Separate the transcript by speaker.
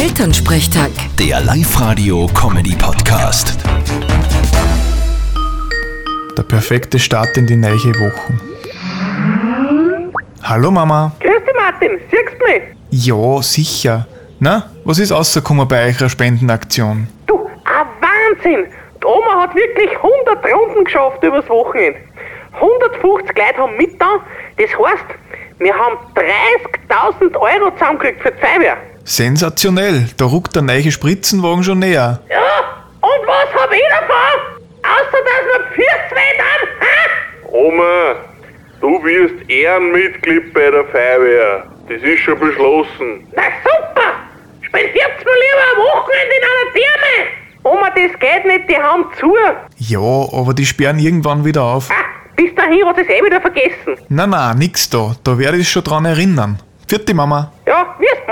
Speaker 1: Elternsprechtag.
Speaker 2: Der Live-Radio-Comedy-Podcast.
Speaker 3: Der perfekte Start in die neue Woche. Hallo Mama.
Speaker 4: Grüß dich, Martin. Siehst du mich?
Speaker 3: Ja, sicher. Na, was ist rausgekommen bei eurer Spendenaktion?
Speaker 4: Du, ein Wahnsinn! Die Oma hat wirklich 100 Runden geschafft übers Wochenende. 150 Leute haben mitgetan. Das heißt, wir haben 30.000 Euro zusammengekriegt für die Feuerwehr.
Speaker 3: Sensationell, da ruckt der neue Spritzenwagen schon näher.
Speaker 4: Ja, und was hab ich davon? Außer, dass wir Pfirscht haben, ha?
Speaker 5: Oma, du wirst Ehrenmitglied bei der Feuerwehr. Das ist schon beschlossen.
Speaker 4: Na super! Spendiert's mir lieber am Wochenende in einer Therme! Oma, das geht nicht, die haben zu.
Speaker 3: Ja, aber die sperren irgendwann wieder auf.
Speaker 4: Ah, bis dahin hat es eh wieder vergessen.
Speaker 3: Na na, nix da, da werde ich schon dran erinnern. Vierte Mama.
Speaker 4: Ja, wie es